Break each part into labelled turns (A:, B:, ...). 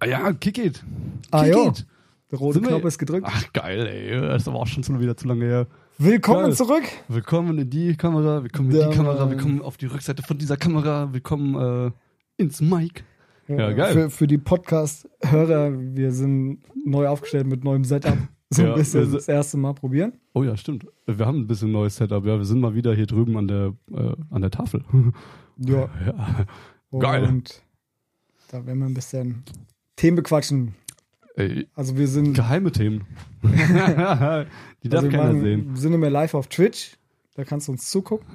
A: Ah ja, kick it.
B: Ah
A: kick
B: ja,
A: it.
B: der rote
A: Sind wir- Ah,
B: Knopf ist gedrückt.
A: Ach geil, ey. Das war auch schon so wieder zu lange her.
B: Willkommen
A: geil.
B: zurück.
A: Willkommen in die Kamera, willkommen in
B: Ja,
A: die Kamera,
B: Mann.
A: willkommen auf die Rückseite von dieser Kamera, willkommen äh, ins Mic. Ja, geil.
B: Für, für die Podcast-Hörer, wir sind neu aufgestellt mit neuem Setup. So
A: Ja,
B: ein bisschen
A: wir sind-
B: das erste Mal probieren.
A: Oh ja, stimmt. Wir haben ein bisschen neues Setup. Ja, wir sind mal wieder hier drüben an der, äh, an der Tafel.
B: Ja.
A: ja. Geil.
B: Und da werden wir ein bisschen Themen bequatschen.
A: Ey,
B: Also wir sind,
A: geheime Themen. die darf
B: also wir
A: keiner
B: machen-
A: sehen.
B: wir sind immer live auf Twitch. Da kannst du uns zugucken.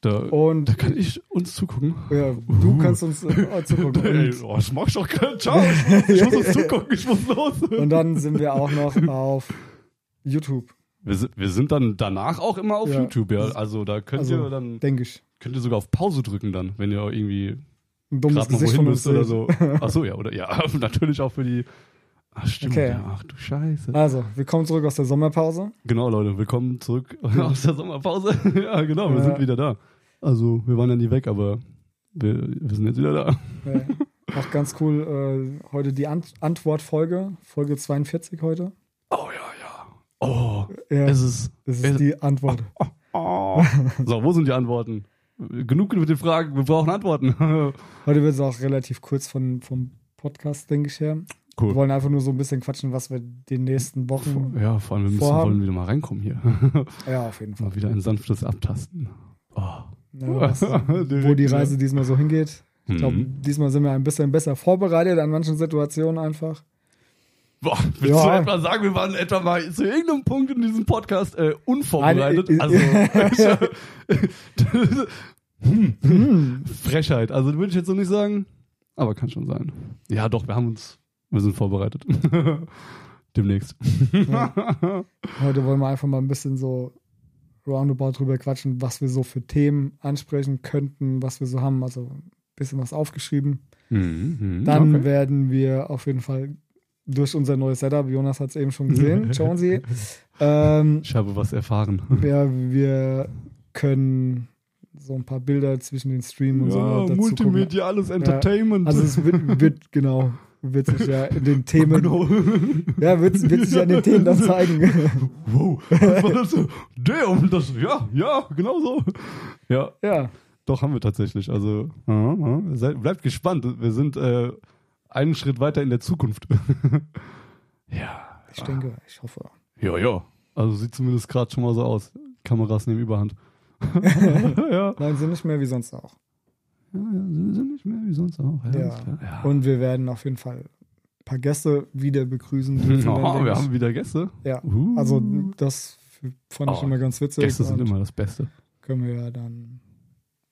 A: Da,
B: Und
A: da kann ich uns zugucken.
B: ja, du kannst uns äh, zugucken.
A: Uh. Ey,
B: Und,
A: oh, ich mach doch keinen Ciao. Ich muss uns zugucken, ich muss los.
B: und dann sind wir auch noch auf YouTube,
A: Wir, sind- wir sind dann danach auch immer auf
B: Ja.
A: YouTube, ja. Also da könnt
B: Also-
A: ihr dann
B: denke ich.
A: könnt ihr sogar auf Pause drücken dann, wenn ihr auch irgendwie
B: Ein dummes
A: gerade mal
B: Gesicht
A: wohin
B: von
A: müsst
B: uns
A: oder
B: sehen.
A: so. Ach so, ja, oder ja, natürlich auch für die Ach stimmt,
B: Okay.
A: ja, ach du Scheiße.
B: Also, wir kommen zurück aus der Sommerpause.
A: Genau, Leute, willkommen zurück aus der Sommerpause. ja, genau, wir
B: Ja.
A: sind wieder da. Also, wir waren ja nie weg, aber wir, wir sind jetzt wieder da.
B: Ja. Äh, Auch ganz cool, äh, heute die Ant Antwortfolge, Folge 42 heute.
A: Oh ja, ja. Oh,
B: Ja,
A: es ist
B: das ist
A: es-
B: die Antwort.
A: Oh. So, wo sind die Antworten? Genug mit den Fragen, wir brauchen Antworten.
B: Heute wird es auch relativ kurz von, vom Podcast, denke ich her. Wir
A: Cool.
B: wollen einfach nur so ein bisschen quatschen, was wir die nächsten Wochen.
A: Ja, vor allem, wir müssen
B: Mhm. Vorhaben.
A: wollen wieder mal reinkommen hier.
B: Ja, auf jeden Fall.
A: Mal wieder ein sanftes Abtasten. Oh.
B: Ja, was,
A: Direkt
B: wo die
A: wieder.
B: Reise diesmal so hingeht. Ich glaube,
A: Mhm.
B: diesmal sind wir ein bisschen besser vorbereitet an manchen Situationen einfach.
A: Boah, willst
B: Ja.
A: du etwa sagen, wir waren etwa mal zu irgendeinem Punkt in diesem Podcast äh, unvorbereitet?
B: Nein,
A: also,
B: äh,
A: ich,
B: Hm.
A: Frechheit. Also, würde ich jetzt so nicht sagen, aber kann schon sein. Ja, doch, wir haben uns, wir sind vorbereitet. Demnächst.
B: Heute wollen wir einfach mal ein bisschen so roundabout drüber quatschen, was wir so für Themen ansprechen könnten, was wir so haben. Also ein bisschen was aufgeschrieben.
A: Mhm,
B: Dann
A: okay.
B: werden wir auf jeden Fall durch unser neues Setup, Jonas hat es eben schon gesehen, schauen Sie. Ähm,
A: Ich habe was erfahren.
B: ja, wir können so ein paar Bilder zwischen den Streamen und so noch dazu gucken.
A: multimediales Entertainment.
B: Also es wird, wird genau, wird sich ja in den Themen,
A: genau.
B: ja, wird, wird sich ja in den Themen dann zeigen.
A: wow, was war das? Damn, das, ja, ja, genau so. Ja,
B: ja,
A: doch, haben wir tatsächlich. Also, ja, ja, seid, bleibt gespannt. Wir sind äh, einen Schritt weiter in der Zukunft. ja,
B: ich denke, ich hoffe.
A: ja, ja. Also sieht zumindest gerade schon mal so aus. Kameras nehmen überhand. ja.
B: Nein, sind nicht mehr wie sonst auch.
A: Ja, ja, sind nicht mehr wie sonst auch. Ja,
B: Ja.
A: ist klar. ja.
B: Und wir werden auf jeden Fall ein paar Gäste wieder begrüßen. dürfen, dann
A: Oh,
B: denke
A: wir
B: ich.
A: haben wieder Gäste.
B: ja,
A: Uh.
B: also das fand ich
A: Oh,
B: immer ganz witzig.
A: Gäste sind
B: und-
A: immer das Beste.
B: können wir ja dann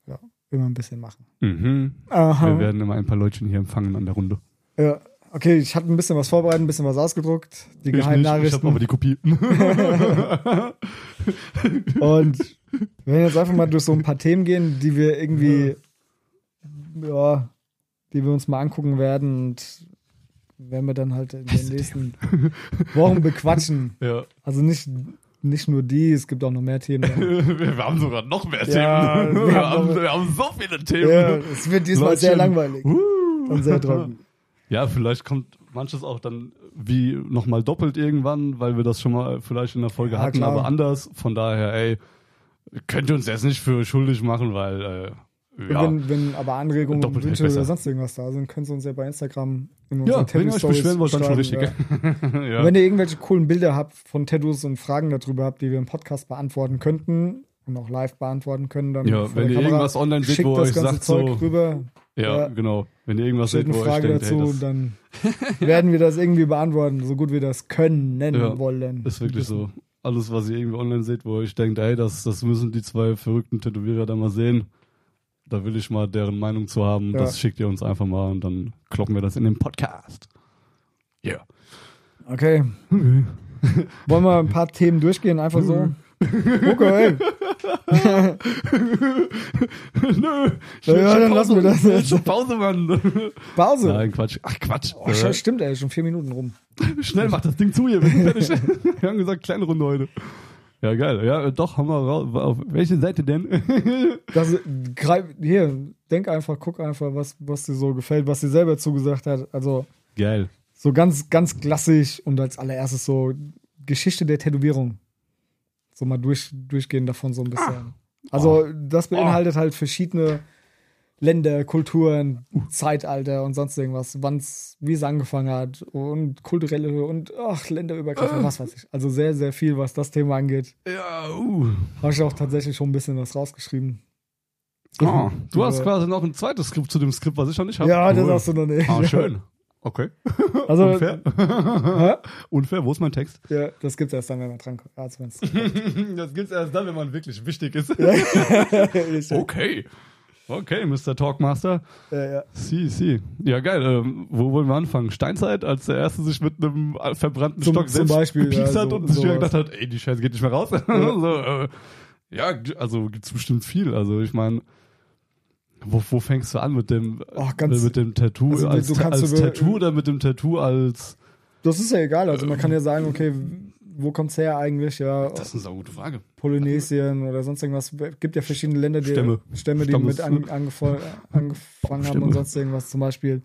B: ja, immer ein bisschen machen.
A: Mhm. Wir
B: Aha.
A: werden immer ein paar Leutchen hier empfangen an der Runde.
B: Ja, okay, ich hatte ein bisschen was vorbereitet, ein bisschen was ausgedruckt, die
A: Ich nicht, ich habe aber
B: Geheimnachrichten.
A: die Kopie.
B: Und wir werden jetzt einfach mal durch so ein paar Themen gehen, die wir irgendwie, ja, die wir uns mal angucken werden und werden wir dann halt in den nächsten Wochen bequatschen.
A: ja.
B: Also nicht, nicht nur die, es gibt auch noch mehr Themen.
A: Wir haben sogar noch mehr
B: Ja,
A: Themen.
B: wir
A: Wir
B: haben
A: haben,
B: noch-
A: wir haben so viele
B: Ja,
A: Themen.
B: es wird diesmal sehr
A: Leutchen.
B: langweilig
A: Uh.
B: und sehr trocken.
A: Ja, vielleicht kommt manches auch dann wie nochmal doppelt irgendwann, weil wir das schon mal vielleicht in der Folge
B: Ja,
A: hatten,
B: klar.
A: aber anders. Von daher, ey, könnt ihr uns jetzt nicht für schuldig machen, weil, äh, ja.
B: Wenn, wenn aber Anregungen,
A: Doppelt hält
B: Wünsche oder
A: besser.
B: sonst irgendwas da sind, könnt ihr uns ja bei Instagram in unseren
A: Ja, wenn ihr euch
B: Tattoo-Stories
A: beschweren wollt, dann schon richtig.
B: schreiben, ja.
A: gell?
B: Und
A: ja.
B: Wenn ihr irgendwelche coolen Bilder habt von Tattoos und Fragen darüber habt, die wir im Podcast beantworten könnten und auch live beantworten können, dann
A: Ja,
B: vor
A: wenn
B: der
A: ihr
B: Kamera,
A: irgendwas online seht,
B: schickt
A: wo ihr
B: das
A: euch
B: ganze
A: sagt,
B: Zeug
A: so,
B: rüber,
A: ja,
B: Ja.
A: genau. Wenn ihr irgendwas
B: stellt
A: seht,
B: eine
A: wo ihr euch
B: Frage
A: denkt,
B: dazu
A: hey, das,
B: und dann werden wir das irgendwie beantworten, so gut wir das können
A: Ja,
B: wollen.
A: Ist wirklich so. Alles, was ihr irgendwie online seht, wo ich denkt, ey, das, das müssen die zwei verrückten Tätowierer da mal sehen. Da will ich mal deren Meinung zu haben.
B: Ja.
A: Das schickt ihr uns einfach mal und dann kloppen wir das in den Podcast. Ja.
B: Okay. Wollen wir ein paar Themen durchgehen, einfach so? Okay,
A: Nö.
B: Ja, ja, dann lassen wir das jetzt.
A: Schon Pause, Mann.
B: Pause.
A: Nein, Quatsch. Ach, Quatsch.
B: Oh,
A: äh,
B: scheiße, stimmt, ey, schon vier Minuten rum.
A: schnell macht das Ding zu hier. Wir sind fertig. wir haben gesagt, kleine Runde heute. Ja, geil. Ja, äh, doch, haben wir raus. Auf welche Seite denn?
B: Das, greif, hier, denk einfach, guck einfach, was, was dir so gefällt, was dir selber zugesagt hat. Also,
A: geil.
B: So ganz, ganz klassisch und als allererstes so Geschichte der Tätowierung. So mal durch, durchgehen davon so ein bisschen. Also das beinhaltet halt verschiedene Länder, Kulturen, Zeitalter und sonst irgendwas, wann's, wie es angefangen hat und kulturelle und ach, länderübergreifend, was weiß ich. Also sehr, sehr viel, was das Thema angeht.
A: Ja, uh.
B: Habe ich auch tatsächlich schon ein bisschen was rausgeschrieben. Mhm.
A: Ah, du hast
B: Aber-
A: quasi noch ein zweites Skript zu dem Skript, was ich noch nicht habe.
B: Ja, das hast du noch nicht.
A: Ah, schön. Okay.
B: Also,
A: Unfair.
B: Hä?
A: Unfair, wo ist mein Text?
B: Ja, das gibt's erst dann, wenn man dran kommt. Also wenn's
A: Das gibt's erst dann, wenn man wirklich wichtig ist.
B: okay.
A: Okay. Okay, Mr. Talkmaster.
B: ja, ja.
A: Sie, sie. Ja, geil. Ähm, wo wollen wir anfangen? Steinzeit, als der Erste sich mit einem verbrannten
B: Zum-
A: Stock
B: zum
A: selbst
B: Beispiel,
A: gepiekst
B: ja,
A: hat
B: so-
A: und sich
B: sowas.
A: gedacht hat, ey, die Scheiße geht nicht mehr raus.
B: Ja.
A: so, äh, ja, g- also gibt's bestimmt viel. Also ich meine, wo, wo fängst du an mit dem, äh,
B: Ach, Oh, ganz-
A: mit dem Tattoo
B: also,
A: als,
B: du
A: Ta-
B: kannst
A: als
B: über-
A: Tattoo oder mit dem Tattoo als...
B: Das ist ja egal. Also man kann ja sagen, okay, w- wo kommt's her eigentlich? Ja,
A: Das ist eine saugute Frage.
B: Polynesien oder sonst irgendwas. gibt ja verschiedene Länder, die
A: Stämme.
B: Stämme, die
A: Stammes-
B: mit an, angefol- angefangen haben
A: Stämme.
B: und sonst irgendwas zum Beispiel.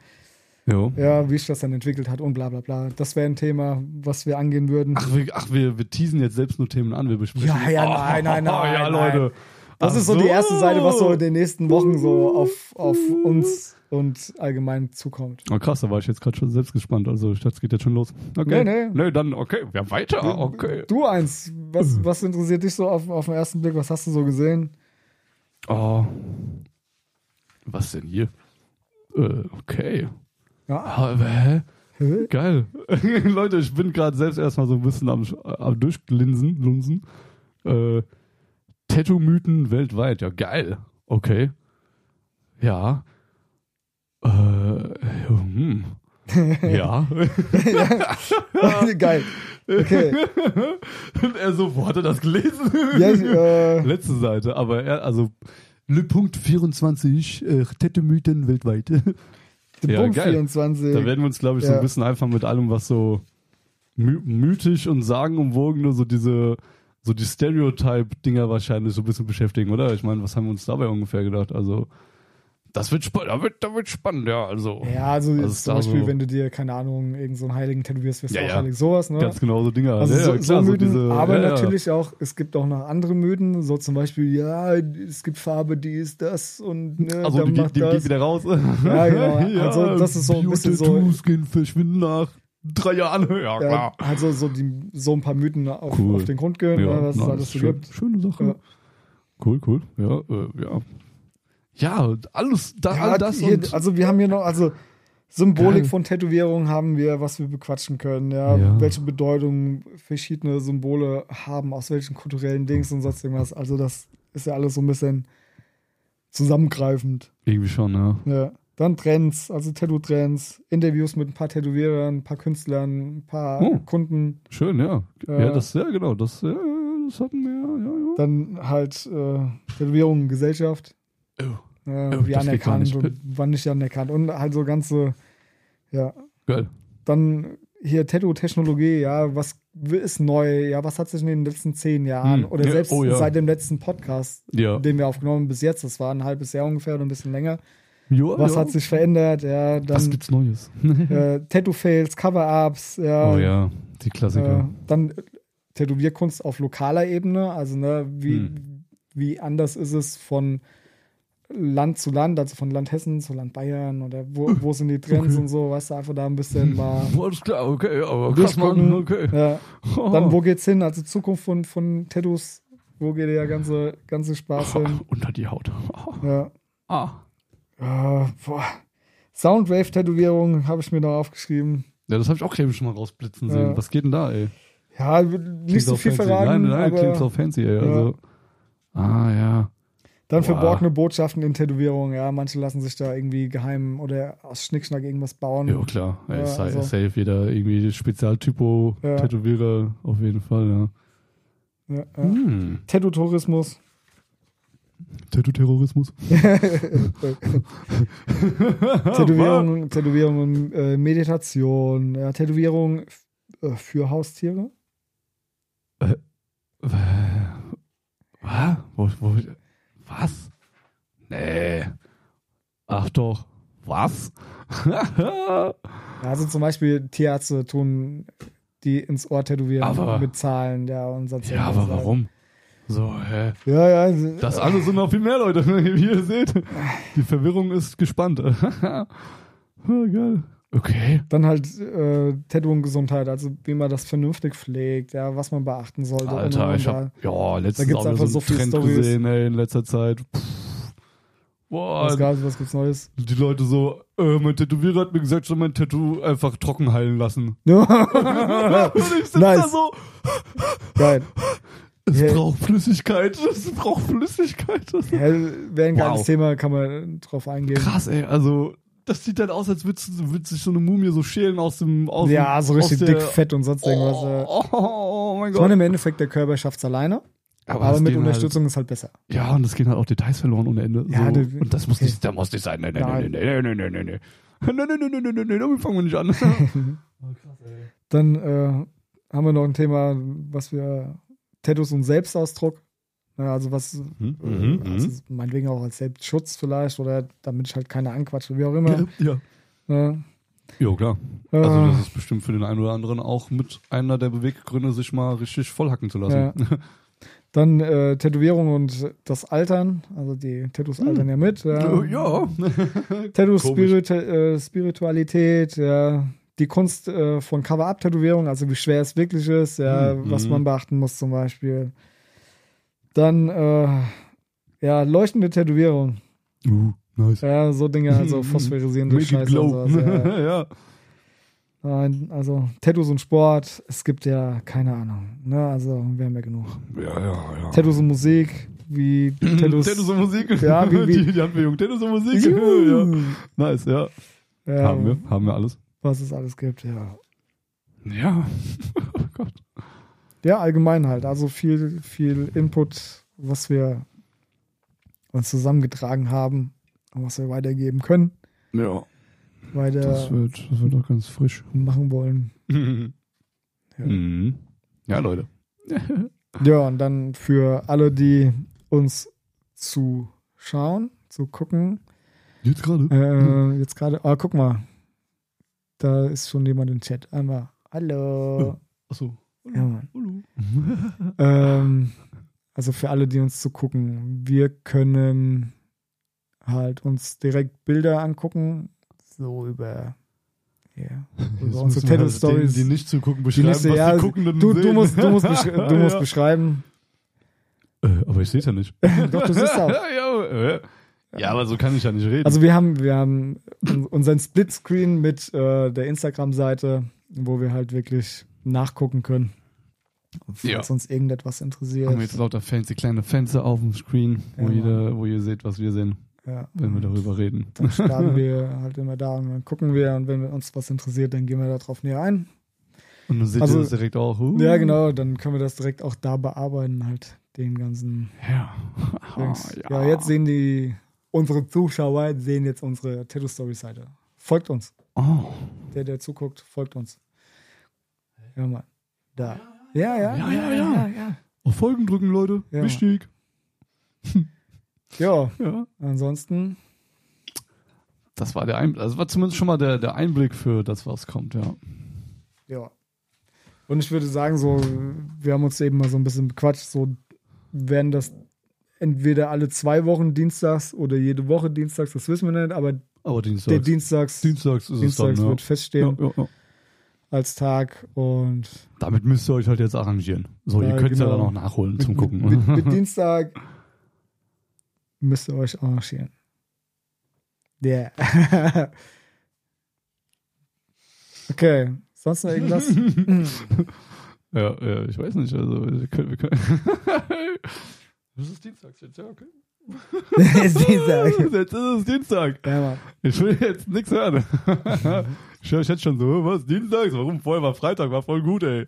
A: Jo.
B: Ja, wie sich das dann entwickelt hat und bla bla bla. Das wäre ein Thema, was wir angehen würden.
A: Ach, wir, ach wir, wir teasen jetzt selbst nur Themen an, wir besprechen. Oh,
B: Ja, ja, nein, nein, nein,
A: ja,
B: nein.
A: Leute.
B: das
A: Ach
B: ist so, die erste Seite, was so in den nächsten Wochen so auf, auf uns und allgemein zukommt.
A: Oh, krass, da war ich jetzt gerade schon selbst gespannt. Also, ich dachte, es geht jetzt schon los. Okay.
B: Nee, nee.
A: Nee, dann, okay. Ja, weiter. Okay.
B: Du eins,
A: Mhm.
B: was, was interessiert dich so auf, auf den ersten Blick? Was hast du so gesehen?
A: Oh. Was denn hier? Äh, okay.
B: Ja.
A: Ah, aber hä?
B: Hä?
A: Geil. Leute, ich bin gerade selbst erstmal so ein bisschen am, Sch- am Durchglinsen, lunsen. Äh, Tattoo-Mythen weltweit. Ja, geil. Okay. Ja. Äh, hm. Ja.
B: Geil. Okay.
A: Und er so, wo hat er das gelesen?
B: Ja, ich, äh,
A: Letzte Seite, aber er, also Le Punkt 24, äh, Tätowmythen weltweit. da
B: die
A: Ja,
B: Pump
A: geil.
B: 24.
A: werden wir uns, glaube ich, so
B: Ja.
A: ein bisschen einfach mit allem, was so my mythisch und sagenumwogene, so diese, so die Stereotype-Dinger wahrscheinlich so ein bisschen beschäftigen, oder? Ich meine, was haben wir uns dabei ungefähr gedacht? Also, das wird spannend, da wird, da wird spannend, ja, also.
B: Ja, also,
A: Also
B: jetzt
A: ist
B: zum
A: da so-
B: Beispiel, wenn du dir, keine Ahnung, irgendeinen so einen Heiligen tätowierst, wirst
A: Ja,
B: du auch
A: ja.
B: heilig. Sowas, ne?
A: Ganz genau so Dinger.
B: also
A: ja,
B: so,
A: ja, klar,
B: so Mythen,
A: diese-
B: aber
A: ja,
B: natürlich auch, es gibt auch noch andere Mythen, so zum Beispiel, ja, es gibt Farbe, die ist das und ne,
A: Ja. Also, die,
B: dann
A: die,
B: macht
A: die
B: das.
A: geht wieder raus.
B: Ja, genau. Also, das ist so ein bisschen so-
A: Bio-Tattoos gehen verschwinden nach drei Jahren. Ja,
B: ja,
A: klar.
B: also so, die, so ein paar Mythen auf,
A: Cool.
B: auf den Grund gehen, ne, was es
A: nice,
B: alles so
A: schön,
B: gibt.
A: Schöne Sache.
B: Ja.
A: Cool, cool. Ja, äh, ja. Ja, und alles, da,
B: Ja,
A: all das
B: hier,
A: und.
B: also wir haben hier noch, also Symbolik
A: Geil.
B: von Tätowierungen haben wir, was wir bequatschen können, ja,
A: Ja.
B: welche Bedeutung verschiedene Symbole haben, aus welchen kulturellen Dings und sonst irgendwas. Also das ist ja alles so ein bisschen zusammengreifend.
A: irgendwie schon, ja.
B: Ja. Dann Trends, also Tattoo-Trends, Interviews mit ein paar Tätowierern, ein paar Künstlern, ein paar
A: Oh.
B: Kunden,
A: Schön, ja.
B: Äh.
A: ja, das, ja, genau. Das, ja, das hatten wir,
B: dann halt äh, Tätowierungen, Gesellschaft.
A: ja, ja. ja.
B: Äh,
A: Oh,
B: wie
A: das geht gar
B: anerkannt
A: nicht.
B: und wann nicht anerkannt. Und halt so ganze, ja,
A: Geil.
B: dann hier Tattoo-Technologie, ja, was ist neu, ja, was hat sich in den letzten zehn Jahren
A: Hm,
B: oder
A: ja,
B: selbst
A: oh ja.
B: seit dem letzten Podcast,
A: Ja.
B: den wir aufgenommen haben, bis jetzt, das war ein halbes Jahr ungefähr oder ein bisschen länger,
A: Jo,
B: was
A: Oh ja.
B: hat sich verändert, ja,
A: Was
B: dann
A: gibt's Neues?
B: äh, Tattoo-Fails, Cover-Ups, ja,
A: oh ja, die
B: äh,
A: Klassiker.
B: dann Tätowierkunst auf lokaler Ebene, also ne, wie,
A: Hm.
B: wie anders ist es von Land zu Land, also von Land Hessen zu Land Bayern oder wo, wo sind die Trends und so, weißt du, einfach da ein bisschen
A: Hm.
B: mal
A: Alles klar, okay, ja, aber krass, Mann,
B: durchgucken.
A: okay.
B: Ja.
A: Oh.
B: Dann, wo geht's hin? Also Zukunft von, von Tattoos, wo geht der ganze, ganze Spaß hin?
A: Unter die Haut. Oh.
B: Ja.
A: Ah.
B: Äh, boah. Soundwave-Tätowierung habe ich mir noch aufgeschrieben.
A: Ja, das habe ich auch eben schon mal rausblitzen sehen.
B: Ja.
A: Was geht denn da, ey?
B: Ja, nicht
A: Klingt
B: so viel
A: auch fancy.
B: verraten,
A: Nein, nein, klingt
B: aber
A: so fancy, ey. Also, Ah, ja.
B: dann
A: Boah.
B: verborgene Botschaften in Tätowierungen. Ja, manche lassen sich da irgendwie geheim oder aus Schnickschnack irgendwas bauen.
A: Ja, klar. Ey,
B: Mhm. Ja,
A: sa-
B: also-
A: Safe, jeder irgendwie Spezialtypo,
B: Ja.
A: Tätowierer, auf jeden Fall, ja.
B: Ja, ja.
A: Hm.
B: Tattoo-Tourismus.
A: Tattoo-Terrorismus.
B: äh, Tätowierung, Tätowierung und äh, Meditation. Ja, Tätowierung f- äh, für Haustiere.
A: Was? Wo, wo, was? Nee. Ach doch. Was?
B: Ja, Also zum Beispiel Tierärzte tun die ins Ohr tätowieren
A: Aber-
B: mit Zahlen, ja, und sonst
A: ja, aber
B: irgendwas.
A: warum? So, hä?
B: Ja, also ja. sie-
A: Das alles sind noch viel mehr Leute, wie ihr seht. Die Verwirrung ist gespannt. Ah, geil. Okay.
B: Dann halt äh, Tattoo und Gesundheit, also wie man das vernünftig pflegt, ja, was man beachten sollte. und, und,
A: Alter,
B: und,
A: ich
B: ja.
A: hab ja letztens
B: gibt's
A: auch wieder
B: einfach
A: so
B: so
A: einen
B: viele
A: Trend
B: Storys.
A: gesehen, ey, in letzter Zeit. Pff.
B: was,
A: Boah,
B: gab's, was gibt's Neues?
A: die Leute so, äh, mein Tätowierer hat mir gesagt, ich soll mein Tattoo einfach trocken heilen lassen.
B: Ja.
A: Und ich sitze
B: Nice.
A: da so,
B: Geil.
A: es
B: Hey.
A: braucht Flüssigkeit, es braucht Flüssigkeit. Das
B: Ja, Wäre ein geiles
A: Wow.
B: Thema, kann man drauf eingehen.
A: krass, ey, also das sieht dann aus, als würde sich so eine Mumie so schälen aus dem... Aus
B: Ja,
A: dem,
B: so richtig
A: aus
B: dick,
A: der,
B: fett und sonst irgendwas. ja.
A: Oh, oh, oh, oh mein
B: Ich meine,
A: Gott.
B: im Endeffekt, der Körper schafft es alleine, aber,
A: es
B: mit
A: gehen halt-
B: Unterstützung ist halt besser.
A: Ja, und es gehen halt auch Details verloren ohne Ende.
B: Ja,
A: so.
B: das-
A: und das muss
B: okay.
A: nicht, da muss nicht sein. Nein, nein,
B: Nein.
A: nein, nein, nein, nein, nein, nein. Nein, nein, nein, nein, nein, nein, nein, damit fangen wir nicht an. oh, krass, ey.
B: Dann äh, haben wir noch ein Thema, was wir Tattoos und Selbstausdruck, ja, also was,
A: Mhm,
B: äh,
A: mhm,
B: also
A: mhm.
B: meinetwegen auch als Selbstschutz vielleicht oder damit ich halt keine anquatsche, wie auch immer.
A: Ja.
B: ne?
A: Ja, klar.
B: Äh,
A: Also das ist bestimmt für den einen oder anderen auch mit einer der Beweggründe, sich mal richtig vollhacken zu lassen.
B: Dann äh, Tätowierung und das Altern, also die Tattoos altern ja mit. Ja.
A: Hm. Oh, ja.
B: Tattoos,
A: Komisch.
B: Spiritu äh, Spiritualität, ja. Die Kunst äh, von Cover-Up-Tätowierung, also wie schwer es wirklich ist, ja,
A: Mhm.
B: was man beachten muss zum Beispiel. Dann, äh, ja, leuchtende Tätowierung,
A: Uh, nice.
B: ja, so Dinge, also
A: Mhm.
B: phosphorisierende
A: Make it
B: Scheiße und
A: glow.
B: sowas, ja.
A: ja.
B: Nein, Also Tattoos und Sport, es gibt ja keine Ahnung, ne, also wir haben ja genug.
A: Ja, ja, ja.
B: Tattoos und Musik, wie Tattoos.
A: Tattoos und Musik.
B: Ja, wie- wie-
A: Die, die haben wir jung. Tattoos und Musik. Ja.
B: Juhu.
A: Nice, ja.
B: ja,
A: Haben wir. Haben wir alles.
B: Was es alles gibt, ja.
A: Ja. oh Gott.
B: Ja, allgemein halt. Also viel, viel Input, was wir uns zusammengetragen haben und was wir weitergeben können,
A: Ja. Das
B: weiter
A: wird, das wird auch ganz frisch.
B: machen wollen.
A: Mhm.
B: Ja.
A: Mhm. Ja, Leute.
B: Ja, und dann für alle, die uns zuschauen, zu gucken.
A: Jetzt gerade.
B: Äh,
A: Mhm.
B: jetzt gerade, ah, guck mal. Da ist schon jemand im Chat. Einmal.
A: Oh.
B: Hallo.
A: Achso.
B: Ja, Mann.
A: Hallo.
B: Hm. Ähm, also für alle, die uns zu gucken, wir können halt uns direkt Bilder angucken, so über ja, über unsere Tattle Stories.
A: halt also die nicht zu gucken,
B: Die
A: beschreiben,
B: nächste,
A: was
B: ja,
A: die Guckenden
B: du,
A: sehen.
B: du musst, du musst, besch- du musst
A: Ja.
B: beschreiben.
A: Äh, aber ich sehe ja nicht.
B: Doch, du siehst auch.
A: ja, äh. ja, aber so kann ich ja nicht reden.
B: Also wir haben, wir haben un- unseren Splitscreen mit äh, der Instagram-Seite, wo wir halt wirklich nachgucken können,
A: Ja.
B: falls uns irgendetwas interessiert.
A: haben wir jetzt lauter fancy kleine Fenster auf dem Screen, wo,
B: Ja.
A: jeder, wo ihr seht, was wir sehen,
B: Ja.
A: wenn wir darüber reden.
B: dann starten wir halt immer da und dann gucken wir und wenn uns was interessiert, dann gehen wir darauf näher ein.
A: Und dann seht
B: Also-
A: ihr das direkt auch. Uh.
B: Ja, genau, dann können wir das direkt auch da bearbeiten, halt den ganzen
A: Ja.
B: Dings.
A: Ah,
B: ja. jetzt sehen die, unsere Zuschauer sehen jetzt unsere Tattoo Story Seite. Folgt uns.
A: Oh.
B: Der, der zuguckt, folgt uns. Hör mal. Da. Ja, ja.
A: Ja, ja, ja. Auf Folgen drücken, Leute.
B: Ja.
A: Wichtig.
B: Ja,
A: Ja.
B: ansonsten,
A: Das war der Einblick. Das war zumindest schon mal der, der Einblick für das, was kommt, ja.
B: ja. Und ich würde sagen, so, wir haben uns eben mal so ein bisschen bequatscht, so werden das entweder alle zwei Wochen dienstags oder jede Woche dienstags, das wissen wir nicht, aber
A: Aber Dienstags.
B: der dienstags,
A: Dienstags ist
B: dienstags
A: es dann,
B: wird
A: ja.
B: feststehen
A: Ja, ja, ja.
B: als Tag und
A: Damit müsst ihr euch halt jetzt arrangieren. So,
B: Ja,
A: ihr könnt es ja
B: genau.
A: dann auch nachholen zum Gucken. ne?
B: mit, mit, mit Dienstag müsst ihr euch arrangieren. Yeah. okay, sonst noch irgendwas?
A: ja, ja, ich weiß nicht. Also, wir können, wir können. das ist Dienstags jetzt, ja, okay.
B: Ist Dienstag.
A: Jetzt ist es Dienstag.
B: Ja, Mann.
A: Ich will jetzt nichts hören. ich höre jetzt schon so, was, Dienstags? Warum? Vorher war Freitag, war voll gut, ey.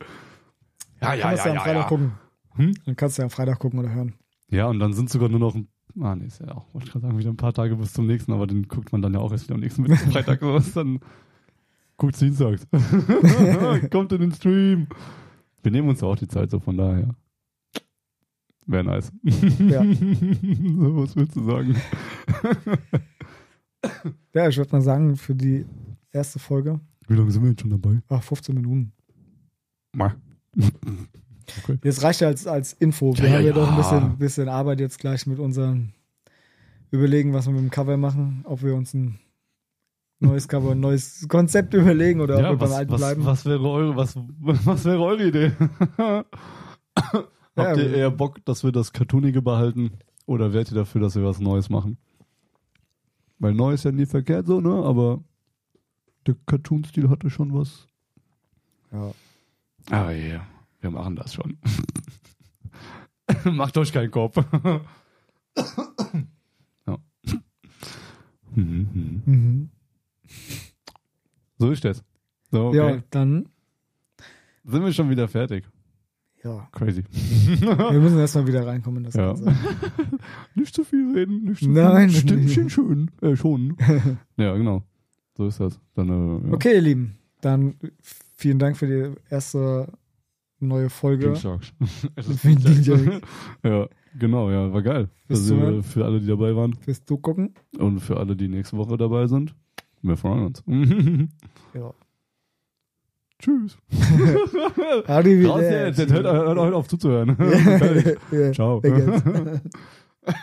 A: Ja, ja, ja,
B: kannst du am
A: ja,
B: Freitag
A: ja.
B: gucken.
A: Hm?
B: Dann kannst du ja am Freitag gucken oder hören.
A: Ja, und dann sind sogar nur noch ein. Ah, nee, ist ja auch, wollte ich gerade sagen, wieder ein paar Tage bis zum nächsten, aber den guckt man dann ja auch erst wieder am nächsten Mittwoch, Freitag so ist dann guckt Dienstags. Kommt in den Stream. Wir nehmen uns ja auch die Zeit, so von daher. Wäre nice.
B: Ja.
A: so, was willst du sagen?
B: Ja, ich würde mal sagen, für die erste Folge,
A: Wie lange sind wir jetzt schon dabei?
B: ach, 15 Minuten.
A: Mal.
B: Jetzt reicht ja als, als Info. Wir
A: Ja, ja,
B: haben ja, doch ein
A: ja.
B: bisschen, bisschen Arbeit jetzt gleich mit unserem Überlegen, was wir mit dem Cover machen, ob wir uns ein neues Cover, ein neues Konzept überlegen oder ob wir beim alten
A: was,
B: bleiben.
A: was wäre eure, was, was wäre eure Idee?
B: Ja,
A: Habt ihr
B: wir-
A: eher Bock, dass wir das Cartoonige behalten oder wärt ihr dafür, dass wir was Neues machen? Weil neu ist ja nie verkehrt so, ne? Aber der Cartoon-Stil hatte schon was.
B: Ja.
A: Ah ja, wir machen das schon. Macht euch keinen Kopf. ja. Mhm.
B: Mhm.
A: So ist das. So, okay.
B: ja, dann.
A: Sind wir schon wieder fertig.
B: Ja.
A: Crazy.
B: Wir müssen erstmal wieder reinkommen in das
A: Ja.
B: Ganze.
A: Nicht zu viel reden, nicht zu
B: Nein.
A: viel. Stimmchen schön. Äh, schon. ja, genau. So ist das. Dann, äh, ja.
B: Okay, ihr Lieben, dann vielen Dank für die erste neue Folge.
A: Dienstags. Es ist
B: Wie
A: Dienstag. ja, genau, ja, war geil.
B: Bis zum
A: Also,
B: Hören.
A: für alle, die dabei waren
B: Fürs Zugucken.
A: und für alle, die nächste Woche dabei sind, wir freuen uns.
B: Ja.
A: Tschüss.
B: Adi,
A: Raus jetzt, jetzt hört, hört, hört auf zuzuhören. Fertig. Ciao.
B: Ciao.